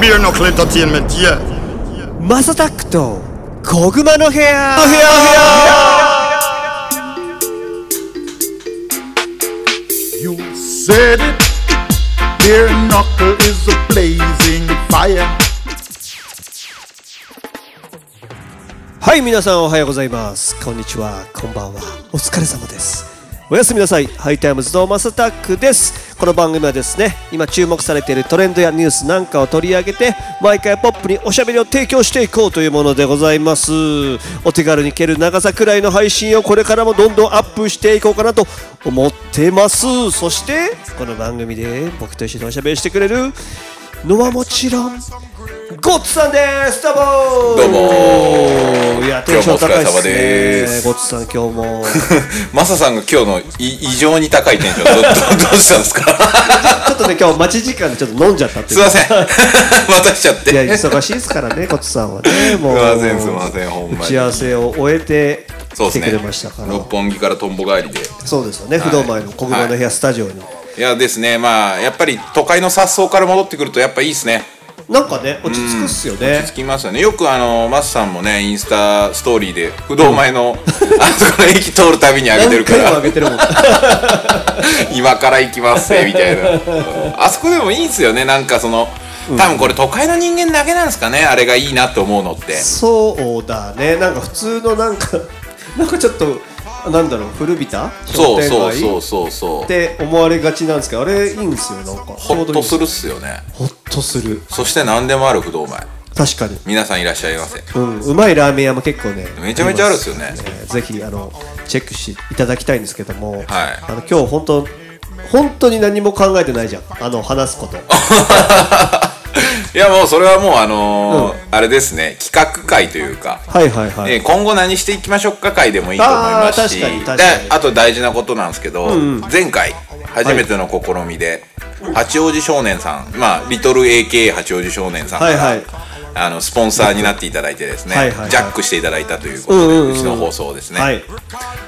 ビルのクレンタチエンメンティエマサタックと小熊の部屋 You said it. Beer knuckle is a blazing fire. はい皆さんおはようございますこんにちはこんばんはお疲れ様ですおやすみなさいハイタイムズのマサタックですこの番組はですね今注目されているトレンドやニュースなんかを取り上げて毎回ポップにおしゃべりを提供していこうというものでございますお手軽に行ける長さくらいの配信をこれからもどんどんアップしていこうかなと思ってますそしてこの番組で僕と一緒におしゃべりしてくれるのはもちろんゴッツさんですどうもどうもいやテンション高いです今日もお疲れ様でねすゴッツさん今日も マサさんが今日のい異常に高いテンションど どどうしたんですかちょっとね今日待ち時間でちょっと飲んじゃったっていすいうませ ん待たしちゃっていや忙しいですからねコツさんはねもうすいませんすいませんほんまに打ち合わせを終えてそう来ですてねくれましたから六本木からとんぼ帰りでそうですよね不動前の小熊の部屋スタジオにいやですねまあやっぱり都会の颯爽から戻ってくるとやっぱいいですねなんかね落ち着くっすよね着きましたねよくあのマサさんもねインスタストーリーで不動前の、 あそこの駅通るたびに上げてる何か回も ら上げてるもん今から行きますねみたいなあそこでもいいんすよねなんかその多分これ都会の人間だけなんですかねあれがいいなって思うのってそうだねなんか普通のなんか なんかちょっとなんだろう古びた商そう店そう街そっうそうそうて思われがちなんですけどあれいいんですよなんかちほょっうどいいとっすするっすよねほっとするそして何でもある不動前確かに皆さんいらっしゃいませうん、うまいラーメン屋も結構ねめちゃめちゃあるんですよねありますぜひあのチェックしていただきたいんですけども、あの今日本当本当に何も考えてないじゃんあの話す こといやもうそれはもうあのーあれですね企画会というか、はいはいはい、ね今後何していきましょうか会でもいいと思いますしあー確かに確でかにあと大事なことなんですけど、んうん前回初めての試みで、八王子少年さんまあリトル AK 八王子少年さんから、はいはいあのスポンサーになっていただいてですね、はいはいはいジャックしていただいたということで、ううんうんうんちの放送ですね、はい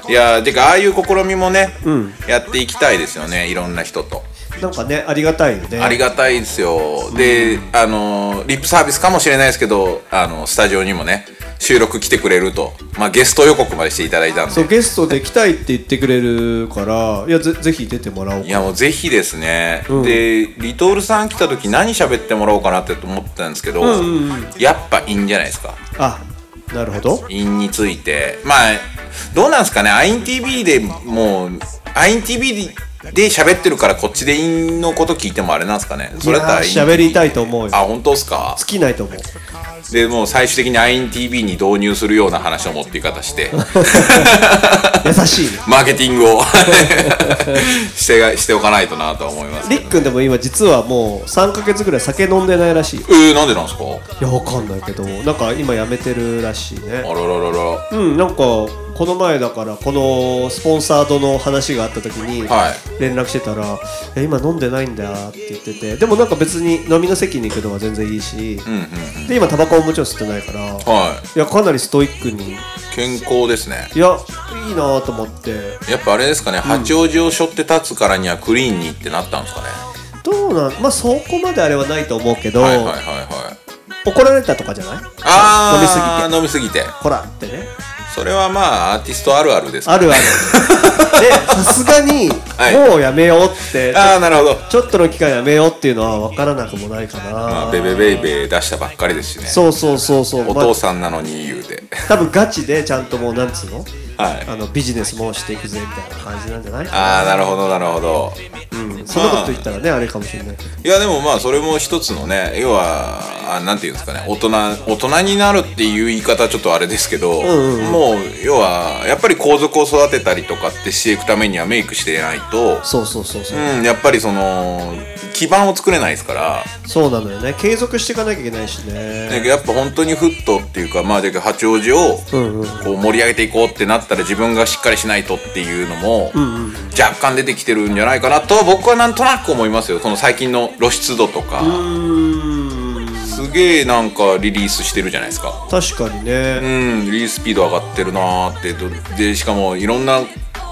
いやーてかああいう試みもね、んやっていきたいですよねいろんな人と、なんかねありがたいよねありがたいですよであのーリップサービスかもしれないですけどあのスタジオにもね収録来てくれると、まあ、ゲスト予告までしていただいたんでそうゲストで来たいって言ってくれるからいやぜぜひ出てもらおういやもうぜひですね、んでリトールさん来た時何喋ってもらおうかなって思ってたんですけど、んやっぱいいんじゃないですかあなるほど陰についてまあどうなんですかね INTV でもう INTV で喋ってるからこっちで陰のこと聞いてもあれなんですかねそれだったらいやー喋りたいと思うよあ本当ですか尽きないと思うでもう最終的に INTV に導入するような話を持っていき方して 優しいねマーケティングを してがしておかないとなとは思いますりっくんでも今実はもう3ヶ月ぐらい酒飲んでないらしいよえー、なんでなんですかあいやわかんないけどなんか今やめてるらしいねららららうんなんかこの前だからこのスポンサードの話があった時にはい連絡してたら「え今飲んでないんだ」って言っててでもなんか別に飲みの席に行くのは全然いいし、うんうんうんで今タバコももちろん吸ってないから、い、はやかなりストイックにい健康ですねいやいいなと思ってやっぱあれですかね、八王子を背負って立つからにはクリーンにってなったんですかねどうなんまあそこまであれはないと思うけど、はいはいはいはい怒られたとかじゃないあ飲みすぎてー飲みすぎてほらってねそれはまあアーティストあるあるですある あるでさすがに、はいもうやめようってああなるほどちょっとの機会やめようっていうのは分からなくもないかまなあベベベイベイ出したばっかりですしねそうそうそうそう、おまあ父さんなのに言うて 多分ガチでちゃんともうなんつうのはいあのビジネスもしていくぜみたいな感じなんじゃないああなるほどなるほどうん、そんなこと言ったらねあれかもしれないけどいやでもまあそれも一つのね要はあなんていうんですかね大人大人になるっていう言い方はちょっとあれですけど、んうんもう要はやっぱり皇族を育てたりとかってしていくためにはメイクしてないと、そうそうそうそう、うん、やっぱりその基盤を作れないですから、そうなのよね継続していかなきゃいけないしねねやっぱ本当にフットっていうかまあじゃあ八王子をうんうんこう盛り上げていこうってなったら自分がしっかりしないとっていうのんもうん若干出てきてるんじゃないかなと僕はなんとなく思いますよその最近の露出度とか。うーんすげえなんかリリースしてるじゃないですか確かにうね、んリリーススピード上がってるなーってどでしかもいろんな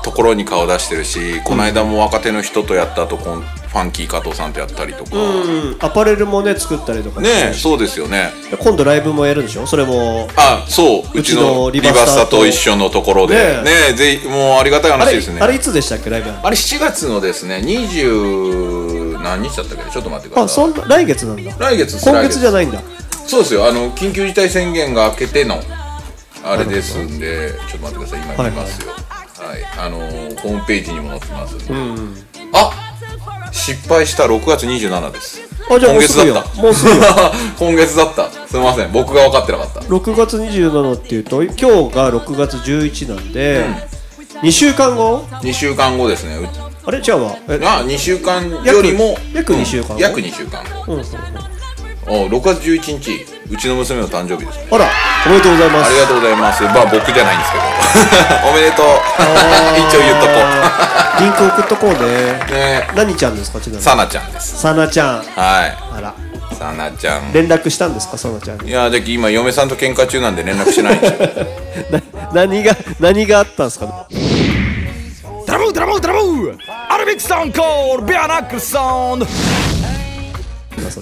ところに顔出してるしこの間も若手の人とやった後こんファンキー加藤さんとやったりとか、うんアパレルもね作ったりとかねえそうですよね今度ライブもやるんでしょそれもあそうううちちののリバースタと一緒のところでねえねえぜひもうありがたいあ話れですねあれいつでしたっけライブやるのあれ7月のですね20何日だったっけちょっと待ってくださいあそんな来月なんだ来月今月じゃいないんだそうですよあの緊急事態宣言が明けてのあれですんでちょっと待ってください今見ますよはい、あのーホームページにも載ってますんで、あ失敗した6月27ですあじゃあも今う月すぐよだったもうすぐよ 今月だったすみません僕が分かってなかった6月27っていうと今日が6月11なんで、2週間後2週間後ですねうあれ違うわえあ2週間よりも約約うん二週間後約2週間後うんうんうんお6月11日うちの娘の誕生日ですねあらおめでとうございまあすりがとうございますまあ僕じゃないんですけど おめでとう 一応言っとこあーリンク送っとこうねう ね何ちゃんですかちなみにさなちゃんですさなちゃんはあらいさなちゃん連絡したんですかさなちゃんいにやじゃあ今嫁さんと喧嘩中なんで連絡してない んですよな何が何があったんですか Dramu, dramu, dramu! Arabic sound called Bianacr sound!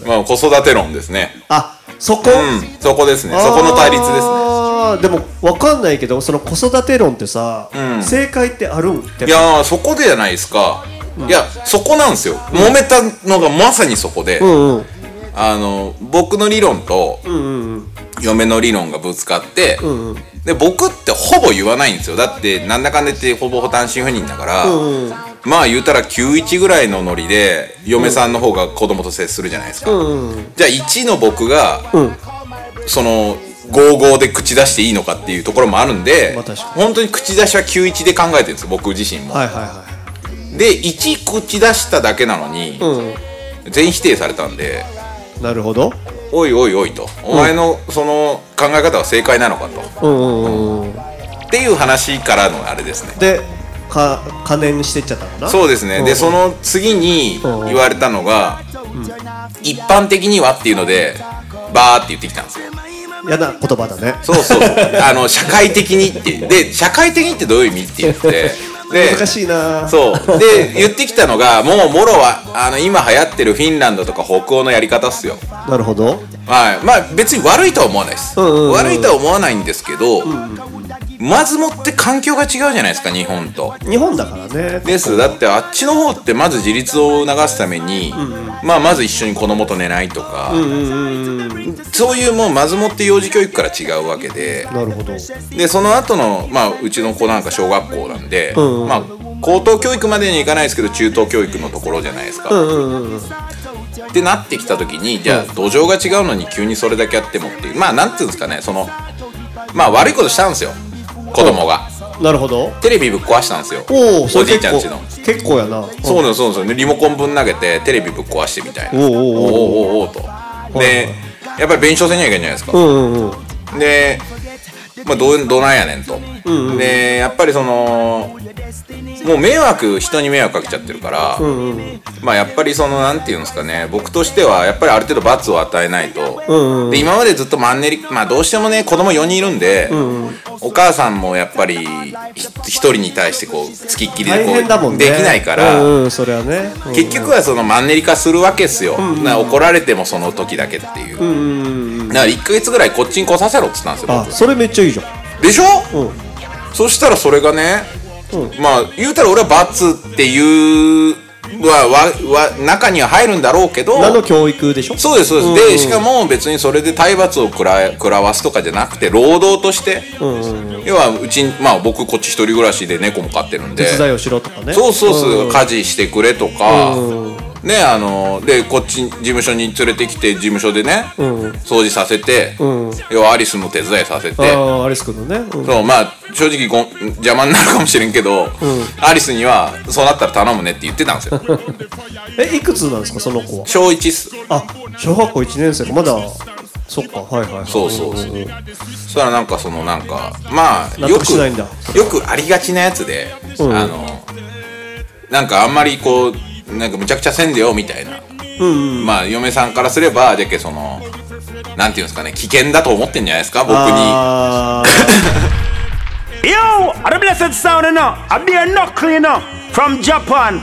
まあ子育て論ですねあそこ、うんそこですねそこの対立ですねあーでも分かんないけどその子育て論ってさ、正解ってあるんっていやーそこでじゃないですか、いやそこなんですよ、揉めたのがまさにそこで、うんうんあの僕の理論と嫁の理論がぶつかって、うんで僕ってほぼ言わないんですよだってなんだかんだ言ってほぼほぼ単身赴任だから、うんうんまあ言うたら91ぐらいのノリで嫁さんの方が子供と接するじゃないですか、うんうんじゃあ1の僕が、うんその55で口出していいのかっていうところもあるんで、まあ確かに本当に口出しは91で考えてるんですよ僕自身も、はいはいはで1口出しただけなのに、い全否定されたんでうんなるほど「おいおいおい」と「お前のその考え方は正解なのか」うと、んうんうんっていう話からのあれですねでか加念してっちゃったのかなそうですね、うでんその次にうん言われたのが、一般的にはっていうのでバーって言ってきたんですよ嫌な言葉だねそうそうそう あの社会的にってで社会的にってどういう意味って言って で難しいなそうで言ってきたのがもうもろはあの今流行ってるフィンランドとか北欧のやり方っすよなるほどはい、まあ別に悪いとは思わないです、うんうんうん悪いとは思わないんですけど、まずもって環境が違うじゃないですか日本と。日本だからねですだってあっちの方ってまず自立を促すために、まあ、まず一緒に子供と寝ないとか、そういうもうまずもって幼児教育から違うわけでなるほどでその後のまあうちの子なんか小学校なんで、んうんまあ、高等教育までにいかないですけど中等教育のところじゃないですか。うんうんうんうんってなってきた時にじゃあ土壌が違うのに急にそれだけやってもっていうまあなんていうんですかねそのまあ悪いことしたんですよ子供がなるほどテレビぶっ壊したんですよおおそおれじいち結ゃんちの構結構やなそうなんですそうなんですよリモコンぶん投げてテレビぶっ壊してみたいなおうおうおうおうおうおうとでやっぱり弁償せにはいけないじゃないですかう、んうんうんで、まあ、どうどうなんやねんと、でやっぱりそのもう迷惑人に迷惑かけちゃってるから、うんうんまあやっぱりそのなんていうんですかね僕としてはやっぱりある程度罰を与えないと、んうんで今までずっとマンネリまあどうしてもね子供4人いるんで、お母さんもやっぱり1人に対してこうつきっきりで大こ変だもうんねできないから、うんうんそれはねうん結局はそのマンネリ化するわけですよ、な怒られてもその時だけっていう、だから1ヶ月ぐらいこっちに来させろって言ったんですよあそれめっちゃいいじゃん僕でしょ、うんそしたらそれがね、まあ言うたら俺は罰っていうはわわ中には入るんだろうけど何の教育でしょそうですそうです、うんうでんしかも別にそれで体罰を食らえ食らわすとかじゃなくて労働として、うんうんうん要はうちにまあ僕こっち一人暮らしで猫も飼ってるんで手伝いをしろとかねそうそうそう、ん家事してくれとか、うんねあのでこっち事務所に連れてきて事務所でね、ん掃除させて、うん要はアリスの手伝いさせて、ああアリス君のねうんそうまあ正直ご邪魔になるかもしれんけど、アリスにはそうなったら頼むねって言ってたんですよえいくつなんですかその子は小1っすあ小学校1年生かまだそっかはいはいはいそうそうそうんんんそしたらなんかそのなんかまあ納よ得くしないんだよくありがちなやつで、うんあのなんかあんまりこうなんかむちゃくちゃせんでよみたいな、まあ嫁さんからすればじゃけそのなんていうんですかね危険だと思ってんじゃないですか僕に。あ Yo! Arabic sound enough! I'll be a knuckle enough! From Japan!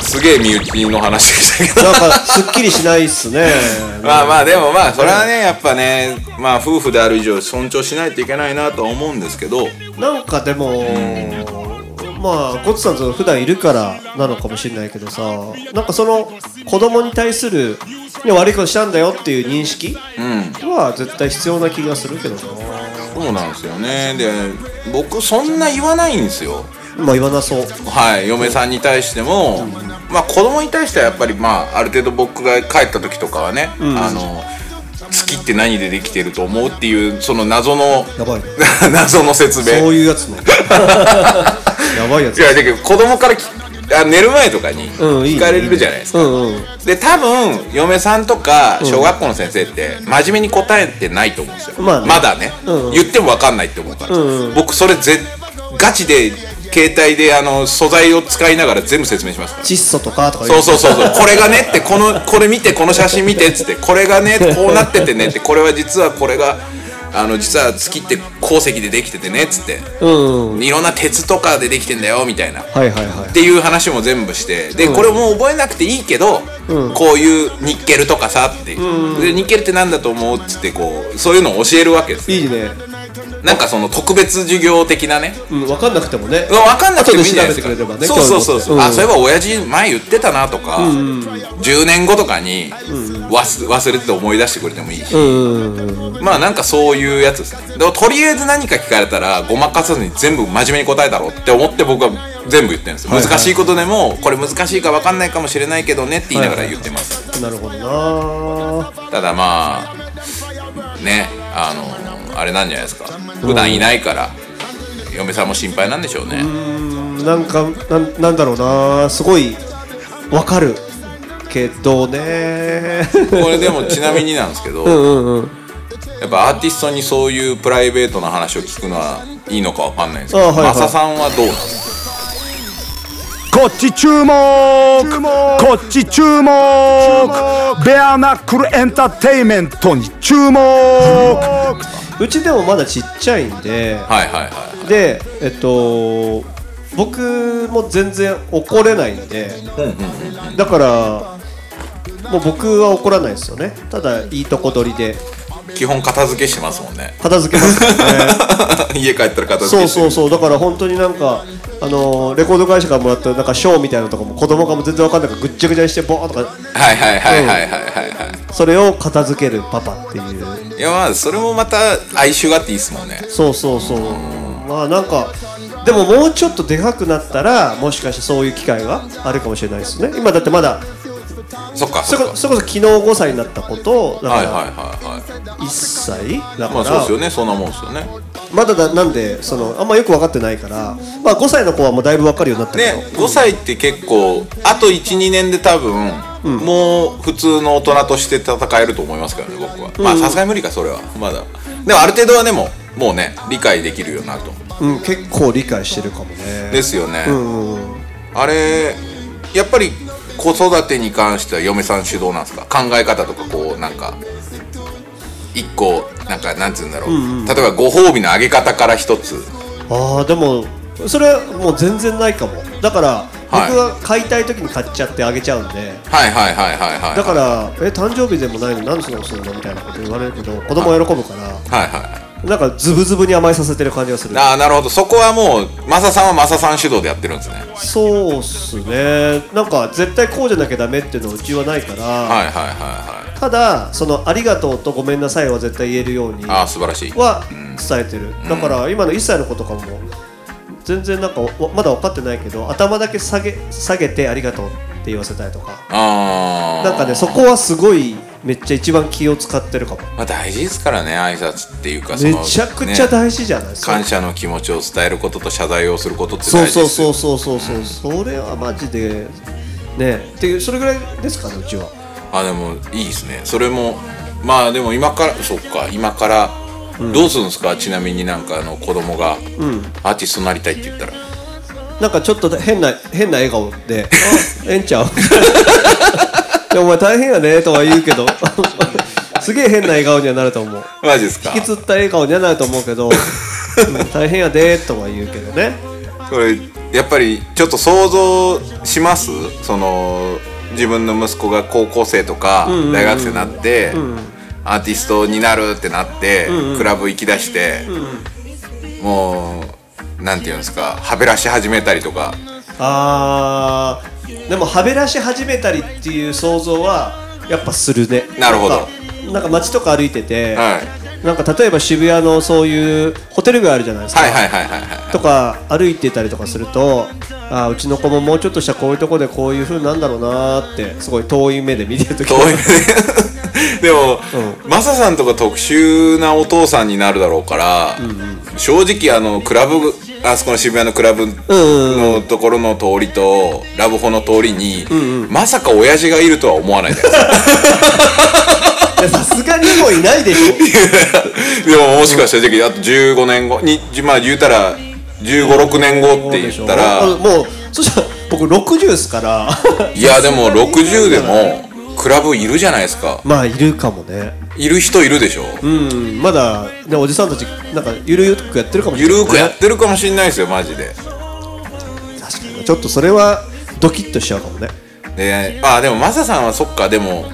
すげえ身内の話でしたけなどんかすっきりしないっすね まあまあでもまあそれはねやっぱねまあ夫婦である以上尊重しないといけないなとは思うんですけどなんかでもまあゴッツさんと普段いるからなのかもしれないけどさなんかその子供に対するいや悪いことしたんだよっていう認識うんは絶対必要な気がするけどなそうなんですよねで僕そんな言わないんですよまあ言わなそうはい嫁さんに対しても、まあ子供に対してはやっぱりまあある程度僕が帰った時とかはね、あの月って何でできてると思うっていうその 謎のやばいね謎の説明そういうやつ ねやばいやついやだけど子供からきあ寝る前とかにうんいい聞かれるじゃないですか、うんうんで多分嫁さんとか小学校の先生って真面目に答えてないと思うんですよ、まあねまだね、うん言っても分かんないって思うから、うんうん僕それぜガチで携帯であの素材を使いながら全部説明しますから窒素とかとか言そうそうそうそうこれがねってこのこれ見てこの写真見てっつってこれがねこうなっててねってこれは実はこれがあの実は月って鉱石でできててねっつってうんうんいろんな鉄とかでできてんだよみたいなはいはいはいっていう話も全部してで、これもう覚えなくていいけど、こういうニッケルとかさって、でニッケルってなんだと思うっつってこうそういうのを教えるわけですいいね、なんかその特別授業的なねうん、分かんなくてもね分かんなくてもいいんじゃないですか、後で調べてくれればねそうそうそうそう、興味持ってあそういえば親父前言ってたなとか、10年後とかに忘忘れてて思い出してくれてもいいし、うんうんうんまあなんかそういうやつですねでもとりあえず何か聞かれたらごまかさずに全部真面目に答えたろうって思って僕は全部言ってるんですよ、はいはい難しいことでもこれ難しいか分かんないかもしれないけどねって言いながら言ってます、なるほどなただまあねあのあれなんじゃないですか普段いないから嫁さんも心配なんでしょうね、うんなんかなんなんだろうなすごい分かるけどねこれでもちなみになんですけど、うんうんやっぱアーティストにそういうプライベートな話を聞くのはいいのかわかんないんですけあど、はいはいマサさんはどうなんですかこっち注目こっち注目ベアナックルエンターテイメントに注目 うちでもまだちっちゃいんではいはいはいでえっと僕も全然怒れないんでだからもう僕は怒らないですよねただいいとこ取りで基本片付けしてますもんね 片付けますよね家帰ったら片付そけうしてそうそうだから本当になんかあのーレコード会社からもらったなんか賞みたいなのとかも子供がもう全然わかんないからぐっちゃぐちゃにしてボーンとかはいはいはいはいはいはいはそれを片付けるパパっていういいやまあそれもまた哀愁があっていいですもんねそうそうそうまあなんかでももうちょっとでかくなったらもしかしてそういう機会があるかもしれないですね今だってまだそっかそそれっこかそれこそ昨日5歳になったことだはいかはいらはいはい1歳だかまあそうらですよねそんなもんですよねまだだなんでそのあんまよく分かってないからまあ5歳の子はもうだいぶ分かるようになったけどね5歳って結構あと12年で多分、もう普通の大人として戦えると思いますからね僕はまあさすがに無理かそれはまだでもある程度はでももうね理解できるよなとうん結構理解してるかもねですよね、うんうんあれやっぱり子育てに関しては嫁さん主導なんですか考え方とかこうなんか一個なんかなんつうんだろう、例えばご褒美のあげ方から一つああでもそれはもう全然ないかもだからはい僕は買いたい時に買っちゃってあげちゃうんではいはいはいはいはいだから「え誕生日でもないのに何でそんなことするの?」みたいなこと言われるけど子供は喜ぶからはいはいなんかズブズブに甘えさせてる感じがするああなるほどそこはもうマサさんはマサさん主導でやってるんですねそうっすねなんか絶対こうじゃなきゃダメっていうのはうちはないから、はいはいはいはいただその「ありがとう」と「ごめんなさい」は絶対言えるようにああ素晴らしいは伝えてる、だから今の1歳の子とかも全然なんかわまだ分かってないけど頭だけ下げ下げて「ありがとう」って言わせたいとかああなんかねそこはすごいめっちゃ一番気を使ってるかもまあ大事ですからね挨拶っていうかそめのちゃくちゃね大事じゃないですか、感謝の気持ちを伝えることと謝罪をすることってそ大う事そうですよそうそうそうそうそれはマジでねっていうそれぐらいですかねうちはあでもいいですねそれもまあでも今からそっか今からどうするんですか、ちなみになんかあの子供がアーティストになりたいって言ったら、なんかちょっと変な変な笑顔で「あええんちゃう? 」 でもお前大変やね」とは言うけ どすげえ変な笑顔にはなると思うマジですか引きつ った笑顔にはなると思うけど、うん大変やでとは言うけどねそれやっぱりちょっと想像しますその自分の息子が高校生とか大学生になって、アーティストになるってなって、クラブ行きだして、もうなんていうんですかはべらし始めたりとかあーでもはべらし始めたりっていう想像はやっぱするねなるほどんかなんか街とか歩いてて、はなんか例えば渋谷のそういうホテル街あるじゃないですか、はいはいはいはいはいとか歩いてたりとかするとあーうちの子ももうちょっとしたらこういうとこでこういう風になんだろうなーってすごい遠い目で見てる時遠いでも、マサさんとか特殊なお父さんになるだろうから、正直あのクラブあそこの渋谷のクラブ のところの通りとラブホの通りに、まさか親父がいるとは思わ ないじゃないですかいやさすがにもういないでしょでももしかしたら正直あと15年後にじまあ言うたら1 5 6年後って言ったらあもうそしたら僕60ですから いやでも60でもクラブいるじゃないですかまあいるかもねいる人いるでしょ、うんまだねおじさんたちなんかゆるゆるくやってるかもしれゆない、るーくやってるかもしんないですよマジで。確かにちょっとそれはドキッとしちゃうかもねで、あでもマサさんはそっかでも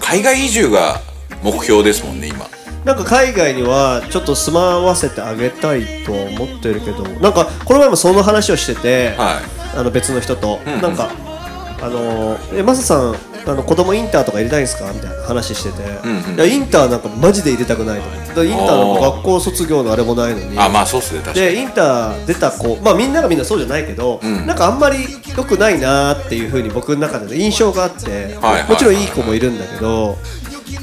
海外移住が目標ですもんね今なんか海外にはちょっと住まわせてあげたいとは思ってるけどなんかこの前もその話をしてて、はあの別の人と、んうんなんかあのーえマサさんあの子供インターとか入れたいんですかみたいな話してて、んうんいやインターなんかマジで入れたくないとだからインターなんか学校卒業のあれもないのにいあまあそうっすね確かにでインター出た子、まあ、みんながみんなそうじゃないけど、んなんかあんまり良くないなーっていうふうに僕の中での印象があって、はいはいもちろんいい子もいるんだけど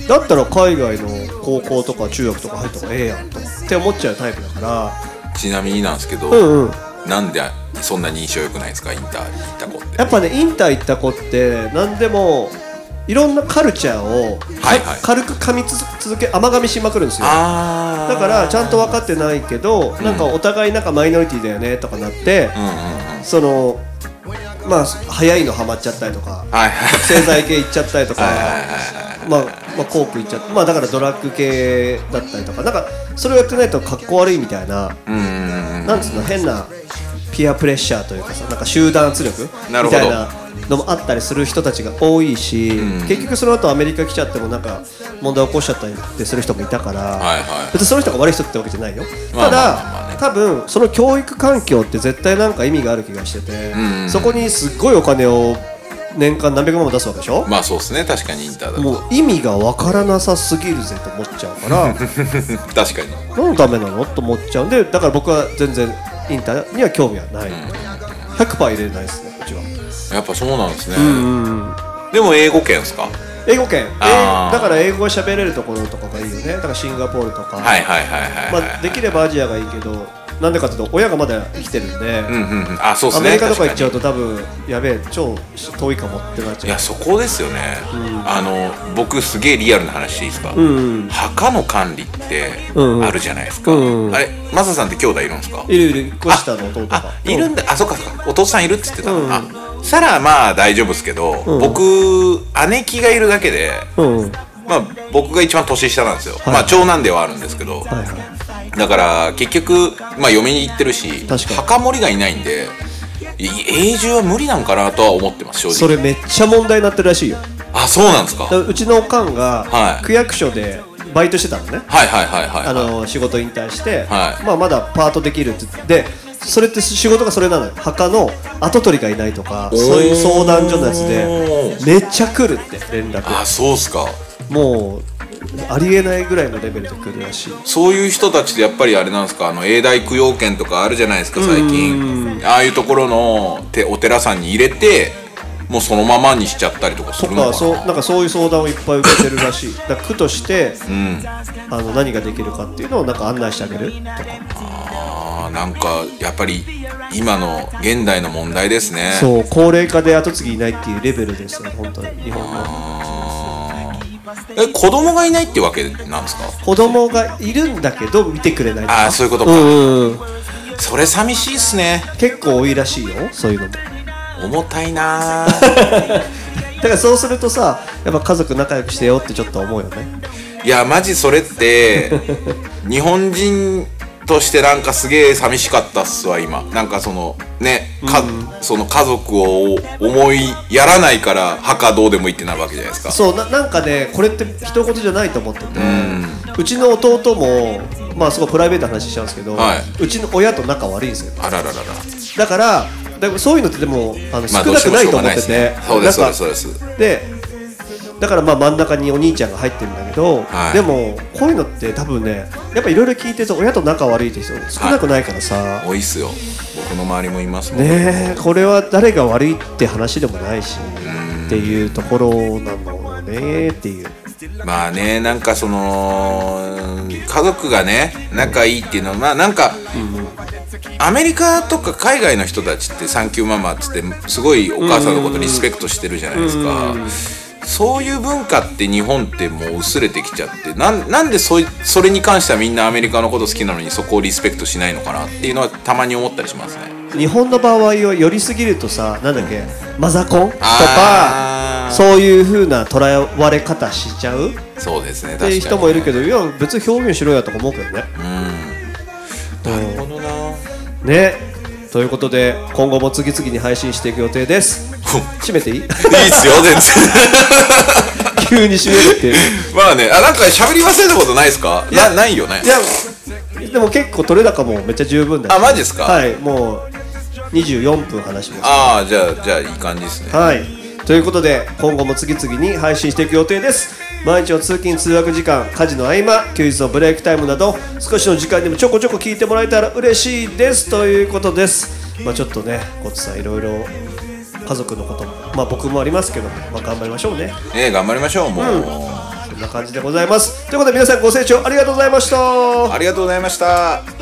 だったら海外の高校とか中学とか入った方がええやんとって思っちゃうタイプだからちなみになんですけど、うんうんなんでそんなに印象良くないですかインターに行った子ってやっぱねインター行った子って何でもいろんなカルチャーを、はいはかい軽く噛みつ続け甘噛みしまくるんですよああだからちゃんと分かってないけど、なんかお互いなんかマイノリティだよねとかなって、うんうんうんそのまあ早いのハマっちゃったりとかはいはい製剤系行っちゃったりとかはいはいまあ、まあコーク行っちゃったまあだからドラッグ系だったりとかなんかそれをやってないと格好悪いみたいなうんうんうんなんつうの変なピアプレッシャーというかさなんか集団圧力なるみほたどいなのもあったりする人たちが多いし、結局その後アメリカ来ちゃってもなんか問題起こしちゃったりってする人もいたから、はいはい別にその人が悪い人ってわけじゃないよ、まあただ、まあまあまあね多分その教育環境って絶対なんか意味がある気がしてて、そこにすっごいお金を年間何百万も出すわけでしょ、まあそうっすね確かにインターだもとう意味がわからなさすぎるぜと思っちゃうから確かになんでダメなのと思っちゃうんでだから僕は全然インターには興味はない、100%入れないですねこっちはやっぱそうなんですねでも英語圏ですかはい英語圏えあーだから英語が喋れるところとかがいいよねだからシンガポールとか、はいはいはいはい、まあ、できればアジアがいいけどなんでかっていうと親がまだ生きてるんで、うんうんうんあそうっすアねメリカとか行っちゃう確と多分やべえ超遠いかもってなっにちいゃやうそこですよね、あの僕すげえリアルな話していいですか、うん墓の管理ってうんうんあるじゃないですか、うんうんあれマサさんって兄弟いるんですかいるいる越したの弟とかあいるんだあそっかそっかお父さんいるって言ってた、うんあしたらまあ大丈夫ですけど、ん僕姉貴がいるだけで、うんうんまあ、僕が一番年下なんですよ、いまあ長男ではあるんですけはど、いはいだから結局、まあ、嫁に行ってるし確かに墓守がいないんでい永住は無理なんかなとは思ってます正直それめっちゃ問題になってるらしいよあそうなんですかだからうちのおかんはがい区役所でバイトしてたのね、はいはいはいはいあの仕事引退して、はいまあ、まだパートできるって言ってでそれって仕事がそれなのよ墓の跡取りがいないとかそういう相談所のやつでめっちゃ来るって連絡あそうっすかもうありえないぐらいのレベルで来るらしいそういう人たちってやっぱりあれなんですかあの永代供養券とかあるじゃないですか最近ああいうところのてお寺さんに入れてもうそのままにしちゃったりとかすとるのかなかそうなんかそういう相談をいっぱい受けてるらしいだから区としてうん、あの何ができるかっていうのをなんか案内してあげるとかあーなんかやっぱり今の現代の問題ですねそう高齢化で後継ぎいないっていうレベルですよ本当に日本はえ子供がいないってわけなんですか子供がいるんだけど見てくれないとかああそういうことうか、んうんそれ寂しいっすね結構多いらしいよそういうのもだ重たいなーからそうするとさやっぱ家族仲良くしてよってちょっと思うよね いやマジそれって日本人としてなんかすげえ寂しかったっすわ今なんかそのねか、その家族を思いやらないから墓どうでもいいってなるわけじゃないですかそうななんかねこれって一言じゃないと思ってて、うちの弟もまあすごいプライベートな話しちゃうんですけど、はいうちの親と仲悪いんですよあららららだからだからそういうのってでもあの少まあどうなしてくもなしいょうとが思なっていですて、ねそうですそうですそうですでだからまあ真ん中にお兄ちゃんが入ってるんだけど、はいでもこういうのって多分ねやっぱいろいろ聞いてると親と仲悪いって人少なくないからさ、多いっすよ僕の周りもいますもんねえこれは誰が悪いって話でもないしっていうところなのねっていうまあねなんかその家族がね仲いいっていうのはまあなんか、アメリカとか海外の人たちって「サンキューママ」っつってすごいお母さんのことリスペクトしてるじゃないですか。そういう文化って日本ってもう薄れてきちゃってなんなんでそいそれに関してはみんなアメリカのこと好きなのにそこをリスペクトしないのかなっていうのはたまに思ったりしますね。日本の場合は寄りすぎるとさなんだっけマザコンとあかーそういう風な捉えわれ方しちゃうっそうですねて確かいにう人もいるけどいや別に表現しろやとか思うけどね。なるほどな ねということで今後も次々に配信していく予定です。閉めて いいいいっすよ全然。急に閉めるっていう。まあね、あなんか喋り忘れたことないですか？いやないよねい。やでも結構取れ高もめっちゃ十分だしあマジですかはいもう24分話しましああじゃあじゃあいい感じですね。たはいということで今後も次々に配信していく予定です毎日の通勤通学時間家事の合間休日のブレイクタイムなど少しの時間にもちょこちょこ聞いてもらえたら嬉しいですということですまあちょっとねコツさんいろいろ家族のこともまあ僕もありますけども、まあ、頑張りましょうねね頑張りましょうもう、そんな感じでございますということで皆さんご清聴ありがとうございましたありがとうございました。